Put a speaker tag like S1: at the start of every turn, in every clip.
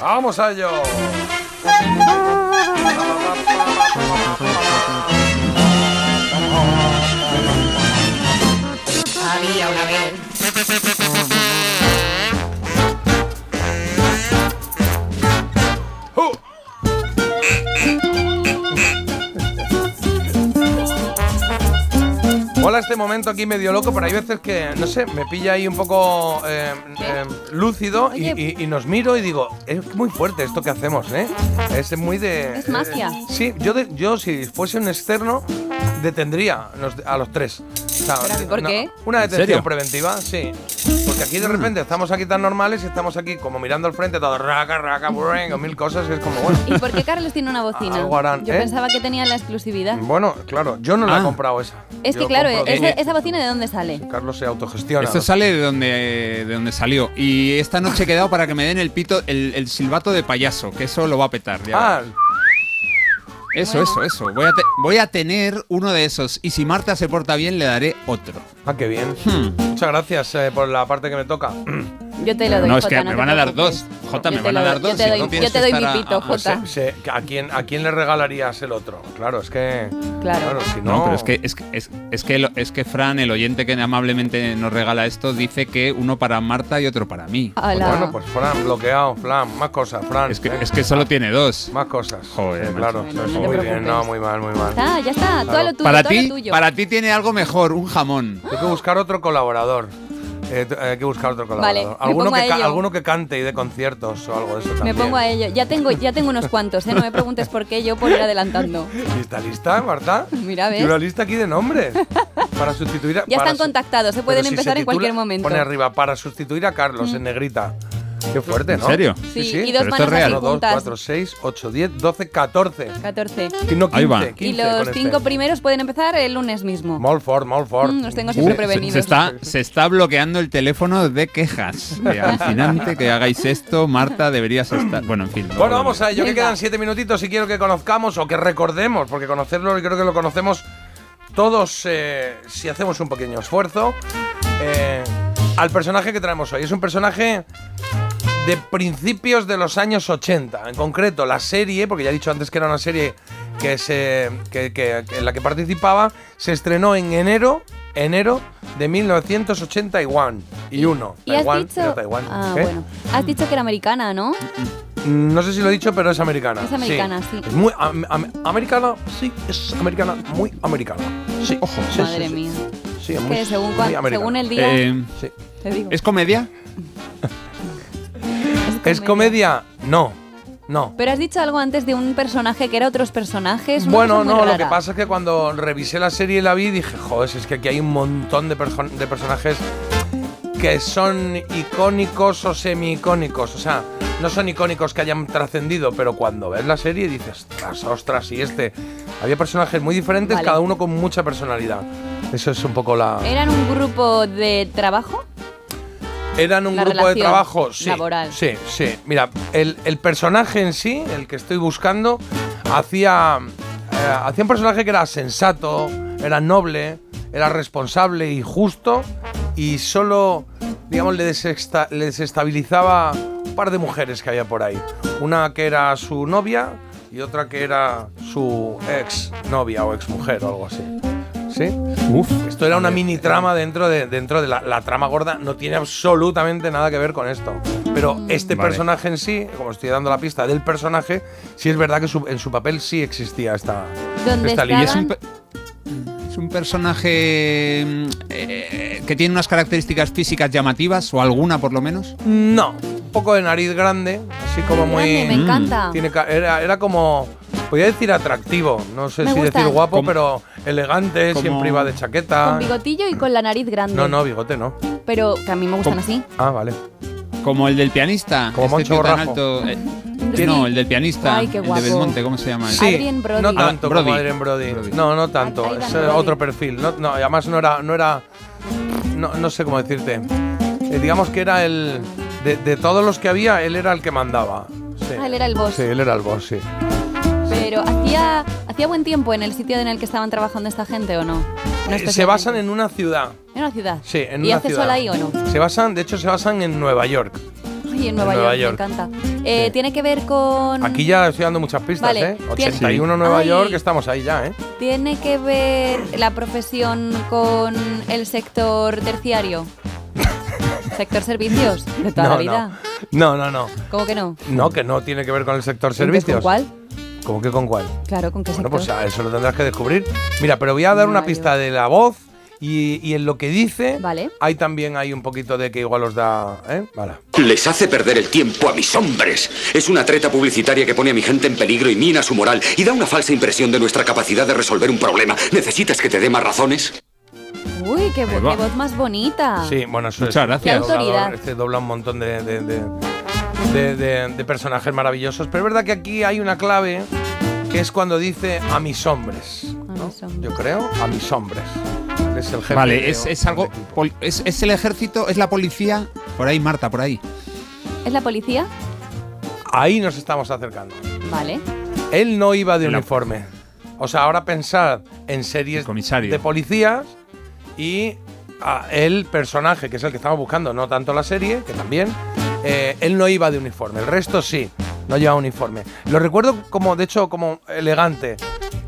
S1: ¡Vamos a ello!
S2: Había una vez.
S1: ¡Uh! Mola este momento aquí medio loco, pero hay veces que, no sé, me pilla ahí un poco eh, eh, lúcido y,
S3: Oye.
S1: y- y nos miro y digo, es muy fuerte esto que hacemos, ¿eh? Es muy de...
S3: Es magia.
S1: eh, sí, yo, de- yo si fuese un externo, detendría los- a los tres. O sea,
S3: ¿Pero por
S1: una-
S3: qué?
S1: Una detención
S4: serio?
S1: preventiva, sí. Porque aquí de
S3: Mm.
S1: repente estamos aquí tan normales y estamos aquí como mirando al frente, todo raca, raca, bruen, o mil cosas, y es como, bueno...
S3: ¿Y por qué Carlos tiene una bocina?
S1: Algo harán,
S3: Yo
S1: ¿eh?
S3: pensaba que tenía la exclusividad.
S1: Bueno, claro, yo no la he
S4: Ah.
S1: comprado esa.
S3: Es
S1: Mm, Yo
S3: que claro,
S1: compro
S3: esa,
S1: todo.
S3: esa bocina de dónde sale.
S1: Carlos se autogestiona.
S4: Esto
S1: ¿no?
S4: sale de donde, de donde salió. Y esta noche he quedado para que me den el pito, el, el silbato de payaso, que eso lo va a petar. ya
S1: Ah,
S4: Eso, eso, eso. Voy a, te- voy a tener uno de esos. Y si Marta se porta bien, le daré otro.
S1: ah, qué bien.
S3: Hmm.
S1: Muchas gracias eh, por la parte que me toca.
S3: Yo te lo doy.
S4: no, es
S3: Jota,
S4: que me
S3: te
S4: van a dar
S3: preocupes.
S4: dos. Jota,
S3: Yo
S4: me
S3: te
S4: van a
S3: lo
S4: dar
S3: doy-
S4: dos.
S3: Yo te
S4: y
S3: doy,
S4: no tienes
S3: yo te
S4: que
S3: doy
S4: estar a- ah,
S3: mi pito,
S4: a-
S3: Jota.
S1: Se- se- ¿a, quién, ¿A quién le regalarías el otro? Claro, es que.
S3: Claro.
S1: si no.
S4: No, pero es que, es, que- es, es que lo- es que Fran, el oyente que amablemente nos regala esto, dice que uno para Marta y otro para mí.
S3: Ala.
S1: Pues bueno, pues Fran, bloqueado, Fran, más cosas, Fran.
S4: Es que,
S1: eh,
S4: es que solo tiene dos.
S1: Más cosas.
S4: Joder,
S1: Sí, claro,
S3: macho.
S1: sí,
S3: No te
S1: muy bien,
S3: preocupes.
S1: no, muy mal, muy mal.
S3: Ya está, ya está. Todo
S1: Claro.
S3: lo tuyo.
S4: para
S3: todo lo
S4: ti,
S3: tuyo.
S4: para ti tiene algo mejor, un jamón.
S1: Hay que buscar otro colaborador. Eh, t- hay que buscar otro
S3: Vale,
S1: colaborador.
S3: me
S1: alguno,
S3: pongo
S1: que
S3: a
S1: ca-
S3: ello.
S1: alguno que cante y de conciertos o algo de eso
S3: Me
S1: también.
S3: pongo a ello. Ya tengo, ya tengo unos cuantos, ¿eh? No me preguntes por qué, yo por ir adelantando.
S1: ¿Y está lista, Marta?
S3: Mira, ves.
S1: Tiene una lista aquí de nombres. Para sustituir a.
S3: Ya
S1: para
S3: están
S1: su-
S3: contactados, se pueden
S1: Pero si
S3: empezar en
S1: titula-
S3: cualquier momento. Mm.
S1: Pone arriba, para sustituir a Carlos en negrita. Qué fuerte, ¿no?
S4: ¿En serio?
S3: Sí, y dos
S4: Pero esto
S3: manos
S4: es real.
S3: así
S4: Uno,
S1: 2,
S3: juntas.
S1: 4, 6, 8, 10, 12, 14.
S3: 14.
S1: Que No, 15,
S4: Ahí va.
S3: Y
S1: 15
S3: los
S1: con
S3: cinco
S1: este.
S3: primeros pueden empezar el lunes mismo.
S1: Molt fort, molt fort.
S3: Mm, los tengo siempre
S4: Uh, se,
S3: prevenidos.
S4: se está, se está bloqueando el teléfono de quejas. Eh, alucinante que hagáis esto, Marta, deberías estar. Bueno, en fin. luego
S1: Bueno,
S4: lo
S1: vamos a ello, que
S3: Venga.
S1: quedan siete minutitos y quiero que conozcamos o que recordemos, porque conocerlo creo que lo conocemos todos eh, si hacemos un pequeño esfuerzo, eh, al personaje que traemos hoy. Es un personaje de principios de los años 80, en concreto la serie, porque ya he dicho antes que era una serie que se, que- que- que en la que participaba, se estrenó en enero, enero de 1981. Y uno,
S3: Y has
S1: Taiwán,
S3: dicho.
S1: era Taiwán.
S3: Ah,
S1: ¿Qué?
S3: bueno. Has dicho que era americana, ¿no?
S1: Mm, No sé si lo he dicho, pero es americana.
S3: Es americana, sí.
S1: Es muy am- am- americana, sí, es americana, muy americana. Sí, ojo. Sí, sí,
S3: Madre
S1: sí.
S3: mía.
S1: Sí, es muy,
S3: Que según,
S1: muy
S3: cuan-
S1: americana.
S3: según el día.
S4: Eh,
S1: Sí.
S3: te digo.
S4: ¿Es comedia?
S1: ¿Es comedia? No, no.
S3: Pero has dicho algo antes de un personaje que era otros personajes. una
S1: Bueno,
S3: cosa muy
S1: no, lo
S3: rara.
S1: que pasa es que cuando revisé la serie y la vi dije, joder, si es que aquí hay un montón de, perjo- de personajes que son icónicos o semi-icónicos. O sea, no son icónicos que hayan trascendido, pero cuando ves la serie dices, ostras, ostras, y este. Había personajes muy diferentes,
S3: Vale. Eh,
S1: cada uno con mucha personalidad. Eso es un poco la.
S3: ¿Eran un grupo de trabajo?
S1: Eran un
S3: La
S1: grupo de
S3: relación
S1: trabajo, sí.
S3: laboral.
S1: Sí, sí. Mira, el, el personaje en sí, el que estoy buscando, hacía, eh, hacía un personaje que era sensato, era noble, era responsable y justo, y solo, digamos, le, desesta- le desestabilizaba un par de mujeres que había por ahí. Una que era su novia y otra que era su ex novia o ex mujer o algo así. ¿Sí?
S4: Uf.
S1: Esto era una
S4: eh,
S1: mini trama dentro de, dentro de la, la trama gorda, no tiene absolutamente nada que ver con esto. Pero este
S4: Vale.
S1: personaje en sí, como estoy dando la pista del personaje, sí es verdad que su- en su papel sí existía esta,
S3: ¿Dónde
S1: esta
S4: Y
S3: estaba?
S1: línea.
S4: es un, pe- es un personaje mm, eh, que tiene unas características físicas llamativas, o alguna por lo menos.
S1: No, un poco de nariz grande, así como
S3: Grande, me
S1: muy... Mm,
S3: encanta.
S4: Mm.
S1: tiene ca- era, era como... Podía decir atractivo, no sé
S3: Me
S1: si
S3: gusta.
S1: decir guapo,
S4: Como-
S1: pero elegante,
S4: como-
S1: siempre iba de chaqueta.
S3: Con bigotillo y con la nariz grande.
S1: No, no, bigote no.
S3: Pero que a mí me gustan
S4: Con-
S3: así.
S1: Ah, vale.
S4: Como el del pianista.
S1: Como Moncho
S4: tío tan
S1: Borrajo.
S4: alto, eh, no, el del pianista.
S3: Ay, qué
S4: el de
S3: guapo.
S4: Belmonte, ¿cómo se llama?
S3: Sí. Adrien Brody.
S1: No tanto
S4: Ah, Brody.
S1: como Adrien Brody.
S4: Brody.
S1: No, no tanto.
S3: Adrien
S1: Es eh,
S3: Brody.
S1: otro perfil. No, no, y además no era. No, era no, no sé cómo decirte. Eh, digamos que era el. De, de todos los que había, él era el que mandaba. Sí.
S3: Ah, él era el boss.
S1: Sí, él era el boss, sí. Eh,
S3: Pero ¿hacía, hacía buen tiempo en el sitio en el que estaban trabajando esta gente o no. No
S1: Eh,
S3: especialmente.
S1: se basan en una ciudad.
S3: En una ciudad.
S1: Sí, en
S3: ¿Y
S1: una
S3: hace
S1: ciudad.
S3: sol ahí o no?
S1: Se basan, de hecho, se basan en Nueva York.
S3: Ay, y en Nueva,
S1: Nueva York.
S3: York, me encanta. Eh, Tiene que ver con...
S1: Aquí ya estoy dando muchas pistas,
S3: Mm. Vale,
S1: ¿eh?
S3: tiene-
S1: 81
S4: Sí.
S1: Nueva
S3: Ay.
S1: York, estamos ahí ya, ¿eh?
S3: Tiene que ver la profesión con el sector terciario. sector servicios, de toda la
S1: No,
S3: vida.
S1: no. No, no, no.
S3: ¿Cómo que no?
S1: No, que no tiene que ver con el sector
S3: Entonces,
S1: servicios.
S3: ¿Con cuál?
S1: ¿Cómo que con cuál?
S3: Claro, ¿con qué
S1: Bueno,
S3: sector?
S1: pues a eso lo tendrás que descubrir. Mira, pero voy a dar una
S3: Nueva
S1: pista de la voz y, y en lo que dice.
S3: Vale.
S1: Hay también hay un poquito de que igual os da. ¿Eh? Vale.
S2: Les hace perder el tiempo a mis hombres. Es una treta publicitaria que pone a mi gente en peligro y mina su moral y da una falsa impresión de nuestra capacidad de resolver un problema. ¿Necesitas que te dé más razones?
S1: pues,
S3: Uy, qué, vo-
S4: Ahí va.
S3: qué voz más bonita.
S1: ah, Sí, bueno, eso
S4: Muchas
S1: es.
S4: gracias.
S1: Qué
S3: Ah. Qué autoridad.
S1: doblador, Este dobla un montón de, de- de- de- de- de personajes maravillosos. Pero es verdad que aquí hay una clave que es cuando dice a mis hombres.
S3: A
S1: ¿no?
S3: mis hombres.
S1: Yo creo, a mis hombres. Es el jefe.
S4: Vale,
S1: de-
S4: es, es algo.
S1: del equipo.
S4: pol- Es, es el ejército, es la policía. Por ahí, Marta, por ahí.
S3: ¿Es la policía?
S1: Ahí nos estamos acercando.
S3: Vale.
S1: Él no iba de
S4: La-
S1: uniforme. O sea, ahora pensad en series
S4: El comisario.
S1: de policías y ah, el personaje, que es el que estamos buscando, no tanto la serie, que también, eh, él no iba de uniforme. El resto sí, no llevaba uniforme. Lo recuerdo como, de hecho, como elegante.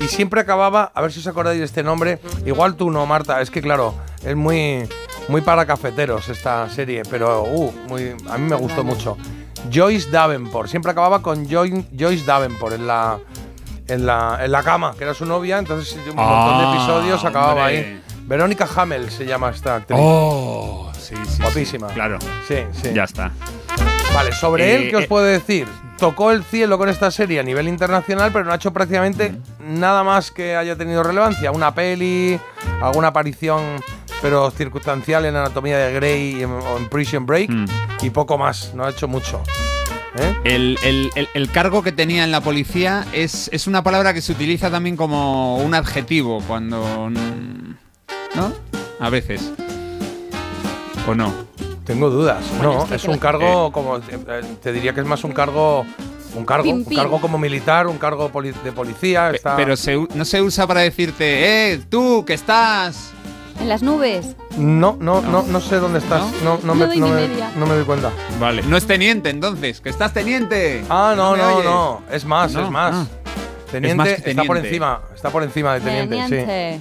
S1: Y siempre acababa, a ver si os acordáis de este nombre, igual tú no, Marta, es que claro, es muy, muy para cafeteros esta serie, pero uh, muy, a mí me gustó mucho. Joyce Davenport, siempre acababa con Joy- Joyce Davenport en la, en, la, en la cama, que era su novia, entonces un montón de
S4: Ah,
S1: episodios acababa
S4: hombre.
S1: ahí. Verónica Hamel se llama esta actriz.
S4: ¡Oh! Sí, sí, sí.
S1: Guapísima.
S4: Claro.
S1: Sí, sí.
S4: Ya está.
S1: Vale, sobre
S4: Eh,
S1: él, ¿qué os
S4: eh.
S1: puedo decir? Tocó el cielo con esta serie a nivel internacional, pero no ha hecho prácticamente nada más que haya tenido relevancia. Una peli, alguna aparición, pero circunstancial en Anatomía de Grey y en- o en Prison Break,
S4: Mm.
S1: y poco más, no ha hecho mucho. ¿Eh?
S4: El, el- el- el cargo que tenía en la policía es, es una palabra que se utiliza también como un adjetivo cuando. mm, ¿No? A veces. ¿O no?
S1: Tengo dudas. No,
S3: es que
S1: es
S3: creo
S1: un
S3: que-
S1: cargo como eh, te diría que es más un cargo un cargo,
S3: Pim,
S1: un
S3: pim.
S1: cargo como militar, un cargo poli- de policía,
S4: Pe-
S1: está
S4: Pero se u- no se usa para decirte, ¡eh, tú que estás!
S3: ¿En las nubes?
S1: no, no, no, no sé dónde estás. No, no,
S3: No
S1: me,
S3: doy
S1: no
S3: ni
S1: me-
S3: media.
S1: no me doy cuenta.
S4: Vale. No es teniente entonces, que estás teniente.
S1: Ah, no,
S4: me
S1: no,
S4: oyes.
S1: no. Es más,
S4: No,
S1: es más.
S4: ah.
S1: Teniente,
S4: Es más que
S1: está por
S4: teniente.
S1: encima, está por encima de teniente,
S3: Teniente.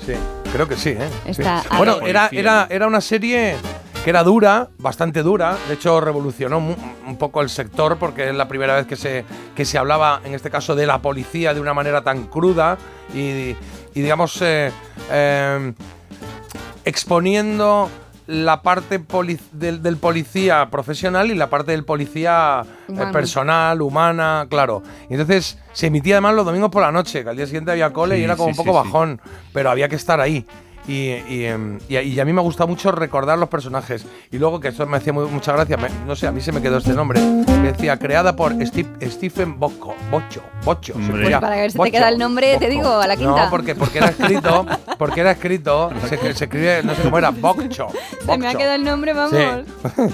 S1: sí. Sí, creo que sí, ¿eh? Sí.
S3: Está ahí.
S1: Bueno, era,
S4: Policía.
S1: era, era una serie que era dura, bastante dura. De hecho, revolucionó mu- un poco el sector porque es la primera vez que se, que se hablaba, en este caso, de la policía de una manera tan cruda y, y digamos, eh, eh, exponiendo la parte poli- del, del policía profesional y la parte del policía eh,
S3: Humano.
S1: personal, humana, claro. Y entonces se emitía además los domingos por la noche, que al día siguiente había cole y
S4: Sí,
S1: era como
S4: sí,
S1: un poco
S4: sí, sí.
S1: bajón, pero había que estar ahí. Y, y, em, y a- y a mí me gusta mucho recordar los personajes. Y luego, que eso me hacía muy- mucha gracia, me- no sé, a mí se me quedó este nombre. Que decía, creada por Steve- Stephen Bocco, Bocho. Bocho. se
S4: Hombre.
S1: ponía
S3: Pues Para ver si te
S1: Boccio,
S3: queda el nombre, te
S1: Bocco.
S3: digo, a la quinta.
S1: No, porque, porque era escrito, porque era escrito, se, se escribe, no sé cómo era, Boccho.
S3: Se me ha
S1: Boccio.
S3: quedado el nombre, vamos.
S1: Sí.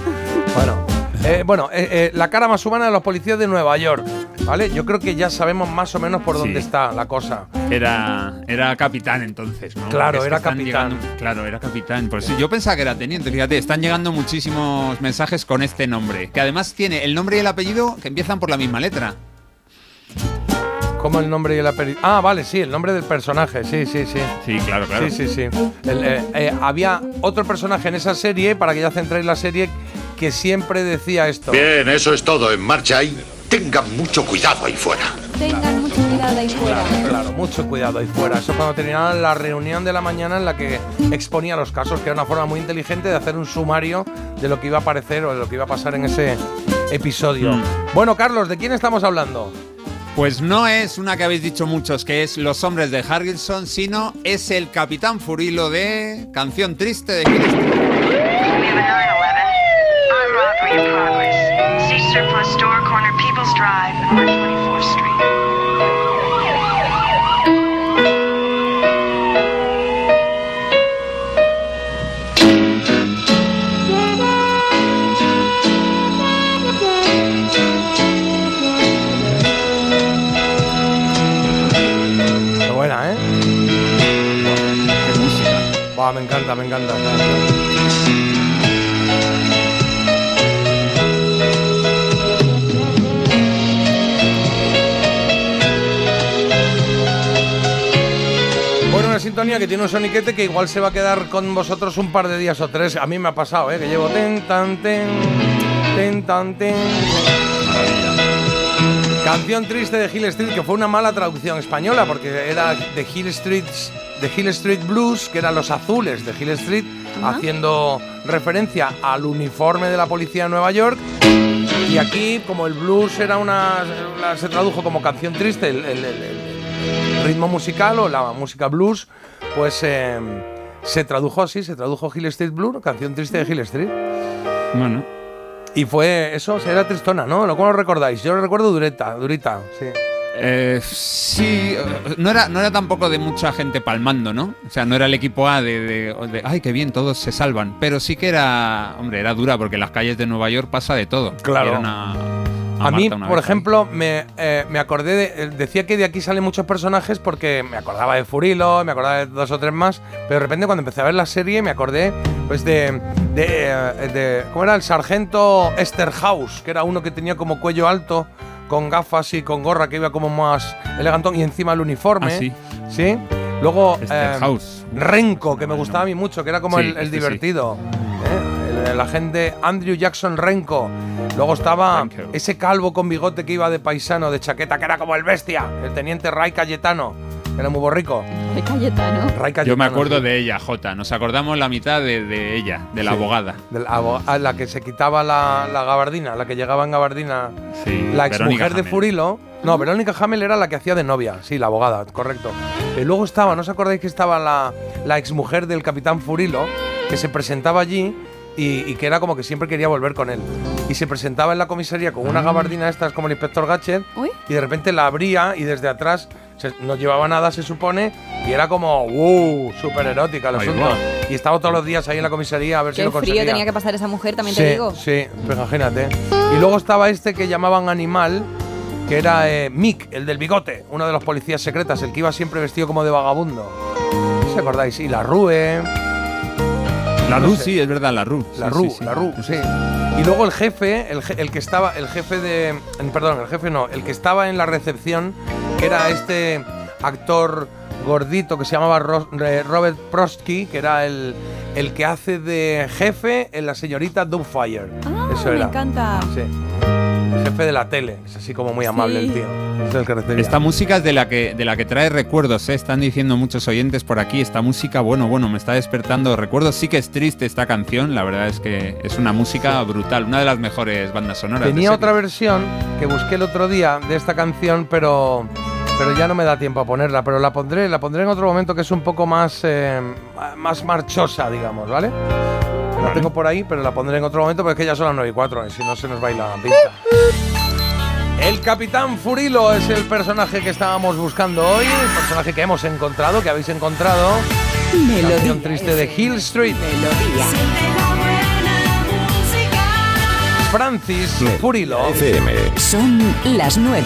S1: bueno, eh, bueno eh, eh, la cara más humana de los policías de Nueva York. ¿Vale? Yo creo que ya sabemos más o menos por
S4: Sí.
S1: dónde está la cosa.
S4: Era, era capitán entonces, ¿no?
S1: Claro,
S4: Porque es que
S1: era
S4: están
S1: capitán.
S4: llegando- claro, era capitán. Por eso yo pensaba que era teniente. Fíjate, están llegando muchísimos mensajes con este nombre. Que además tiene el nombre y el apellido que empiezan por la misma letra.
S1: ¿Cómo el nombre y el apellido? Ah, vale, sí, el nombre del personaje, sí, sí, sí.
S4: Sí, claro,
S1: Sí, sí, sí. El, eh, eh, había otro personaje en esa serie, para que ya centréis la serie, que siempre decía esto.
S5: Bien, eso es todo. En marcha y tengan mucho cuidado ahí fuera.
S3: Tengan mucha cuidado ahí fuera.
S1: Claro, mucho cuidado ahí fuera. Eso cuando terminaban la reunión de la mañana en la que exponía los casos, que era una forma muy inteligente de hacer un sumario de lo que iba a aparecer o de lo que iba a pasar en ese episodio.
S4: Mm.
S1: Bueno, Carlos, ¿de quién estamos hablando?
S4: Pues no es una que habéis dicho muchos, que es Los Hombres de Harrelson, sino es el Capitán Furilo de Canción Triste de Cristo.
S6: 911. On robbery in progress. See surplus store corner People's Drive and R 24th Street.
S1: Qué buena, ¿eh?
S4: Qué música.
S1: Buah, me encanta, me encanta. sintonía que tiene un soniquete que igual se va a quedar con vosotros un par de días o tres. A mí me ha pasado, ¿eh? Que llevo ten, tan, ten, ten, tan, ten. Canción triste de Hill Street, que fue una mala traducción española, porque era de Hill Street, de Hill Street Blues, que eran los azules de Hill Street,
S3: Ajá.
S1: haciendo referencia al uniforme de la policía de Nueva York. Y aquí, como el blues era una, una- se tradujo como canción triste, el, el- el- el ritmo musical o la música blues, pues eh, se tradujo así, se tradujo Hill Street Blues, canción triste de Hill Street.
S4: Bueno.
S1: Y fue eso, era tristona, ¿no? ¿Cómo lo recordáis? Yo lo recuerdo dureta, durita, sí.
S4: Eh, sí, eh, no era, no era tampoco de mucha gente palmando, ¿no? O sea, no era el equipo A de, de- de, ay, qué bien, todos se salvan. Pero sí que era, hombre, era dura porque en las calles de Nueva York pasa de todo.
S1: Claro.
S4: Vieron a, a
S1: A mí,
S4: Marta una
S1: por
S4: vez ahí.
S1: ejemplo, me, eh, me acordé de, eh, decía que de aquí salen muchos personajes porque me acordaba de Furilo, me acordaba de dos o tres más, pero de repente cuando empecé a ver la serie me acordé pues de, de, eh, de- ¿cómo era? El sargento Esterhaus, que era uno que tenía como cuello alto, con gafas y con gorra que iba como más elegantón y encima el uniforme.
S4: Ah, sí.
S1: Sí. Luego eh,
S4: Esterhaus.
S1: Renko, que me
S4: No,
S1: gustaba a mí mucho, que era como
S4: Sí,
S1: el, el
S4: este sí.
S1: divertido. ¿eh? El, el agente Andrew Jackson Renko. Luego estaba
S4: Renko.
S1: ese calvo con bigote que iba de paisano, de chaqueta, que era como el bestia, el teniente Ray Cayetano, que era muy borrico.
S3: De Cayetano.
S1: Ray Cayetano.
S4: Yo me acuerdo de ella, Jota. Nos acordamos la mitad de, de ella, de la
S1: Sí.
S4: abogada.
S1: de la, abo- a la que se quitaba la, la gabardina, la que llegaba en gabardina.
S4: Sí,
S1: la
S4: Verónica
S1: exmujer de
S4: Jamel.
S1: Furilo. No, Verónica Hamel era la que hacía de novia, sí, la abogada, correcto. Y luego estaba, ¿no os acordáis que estaba la, la exmujer del capitán Furilo, que se presentaba allí y, y que era como que siempre quería volver con él? Y se presentaba en la comisaría con
S3: Mm.
S1: una gabardina, estas como el inspector Gachet,
S3: Uy.
S1: y de repente la abría y desde atrás se- no llevaba nada, se supone, y era como, wow, súper erótica el
S4: Ahí
S1: asunto.
S4: va.
S1: Y estaba todos los días ahí en la comisaría a ver si
S3: Qué
S1: lo conseguía.
S3: frío tenía que pasar esa mujer, también
S1: Sí,
S3: te digo.
S1: Sí, pues imagínate. Y luego estaba este que llamaban Animal, que era eh, Mick, el del bigote, uno de los policías secretas, el que iba siempre vestido como de vagabundo. ¿Os acordáis? Y la Rue,
S4: La
S1: No
S4: Ru,
S1: sé.
S4: sí, es verdad, la Ru.
S1: la
S4: Sí,
S1: Rue,
S4: sí, sí.
S1: la Rue, sí. Y luego el jefe, el, je- el que estaba, el jefe de. en- Perdón, el jefe no, el que estaba en la recepción, que era este actor gordito que se llamaba Ro- eh, Robert Prosky, que era el, el que hace de jefe en la señorita Doubtfire.
S3: Ah,
S1: Eso
S3: me
S1: era.
S3: encanta.
S1: Sí. El jefe de la tele. Es así como muy amable
S3: Sí.
S1: el tío. Es el que recibía.
S4: Esta música es de la que de la que trae recuerdos, ¿eh? están diciendo muchos oyentes por aquí. Esta música, bueno, bueno, me está despertando recuerdos. Sí que es triste esta canción, la verdad es que es una música brutal, una de las mejores bandas sonoras. de
S1: Tenía
S4: series.
S1: otra versión que busqué el otro día de esta canción, pero, pero ya no me da tiempo a ponerla. Pero la pondré, la pondré en otro momento que es un poco más, eh, más marchosa, digamos, ¿vale? La tengo por ahí, pero la pondré en otro momento porque es que ya son las 9 y 4, y si no se nos baila la pista. El Capitán Furilo es el personaje que estábamos buscando hoy, el personaje que hemos encontrado, que habéis encontrado. Canción triste de Hill Street. Francis Furilo.
S7: Son las nueve.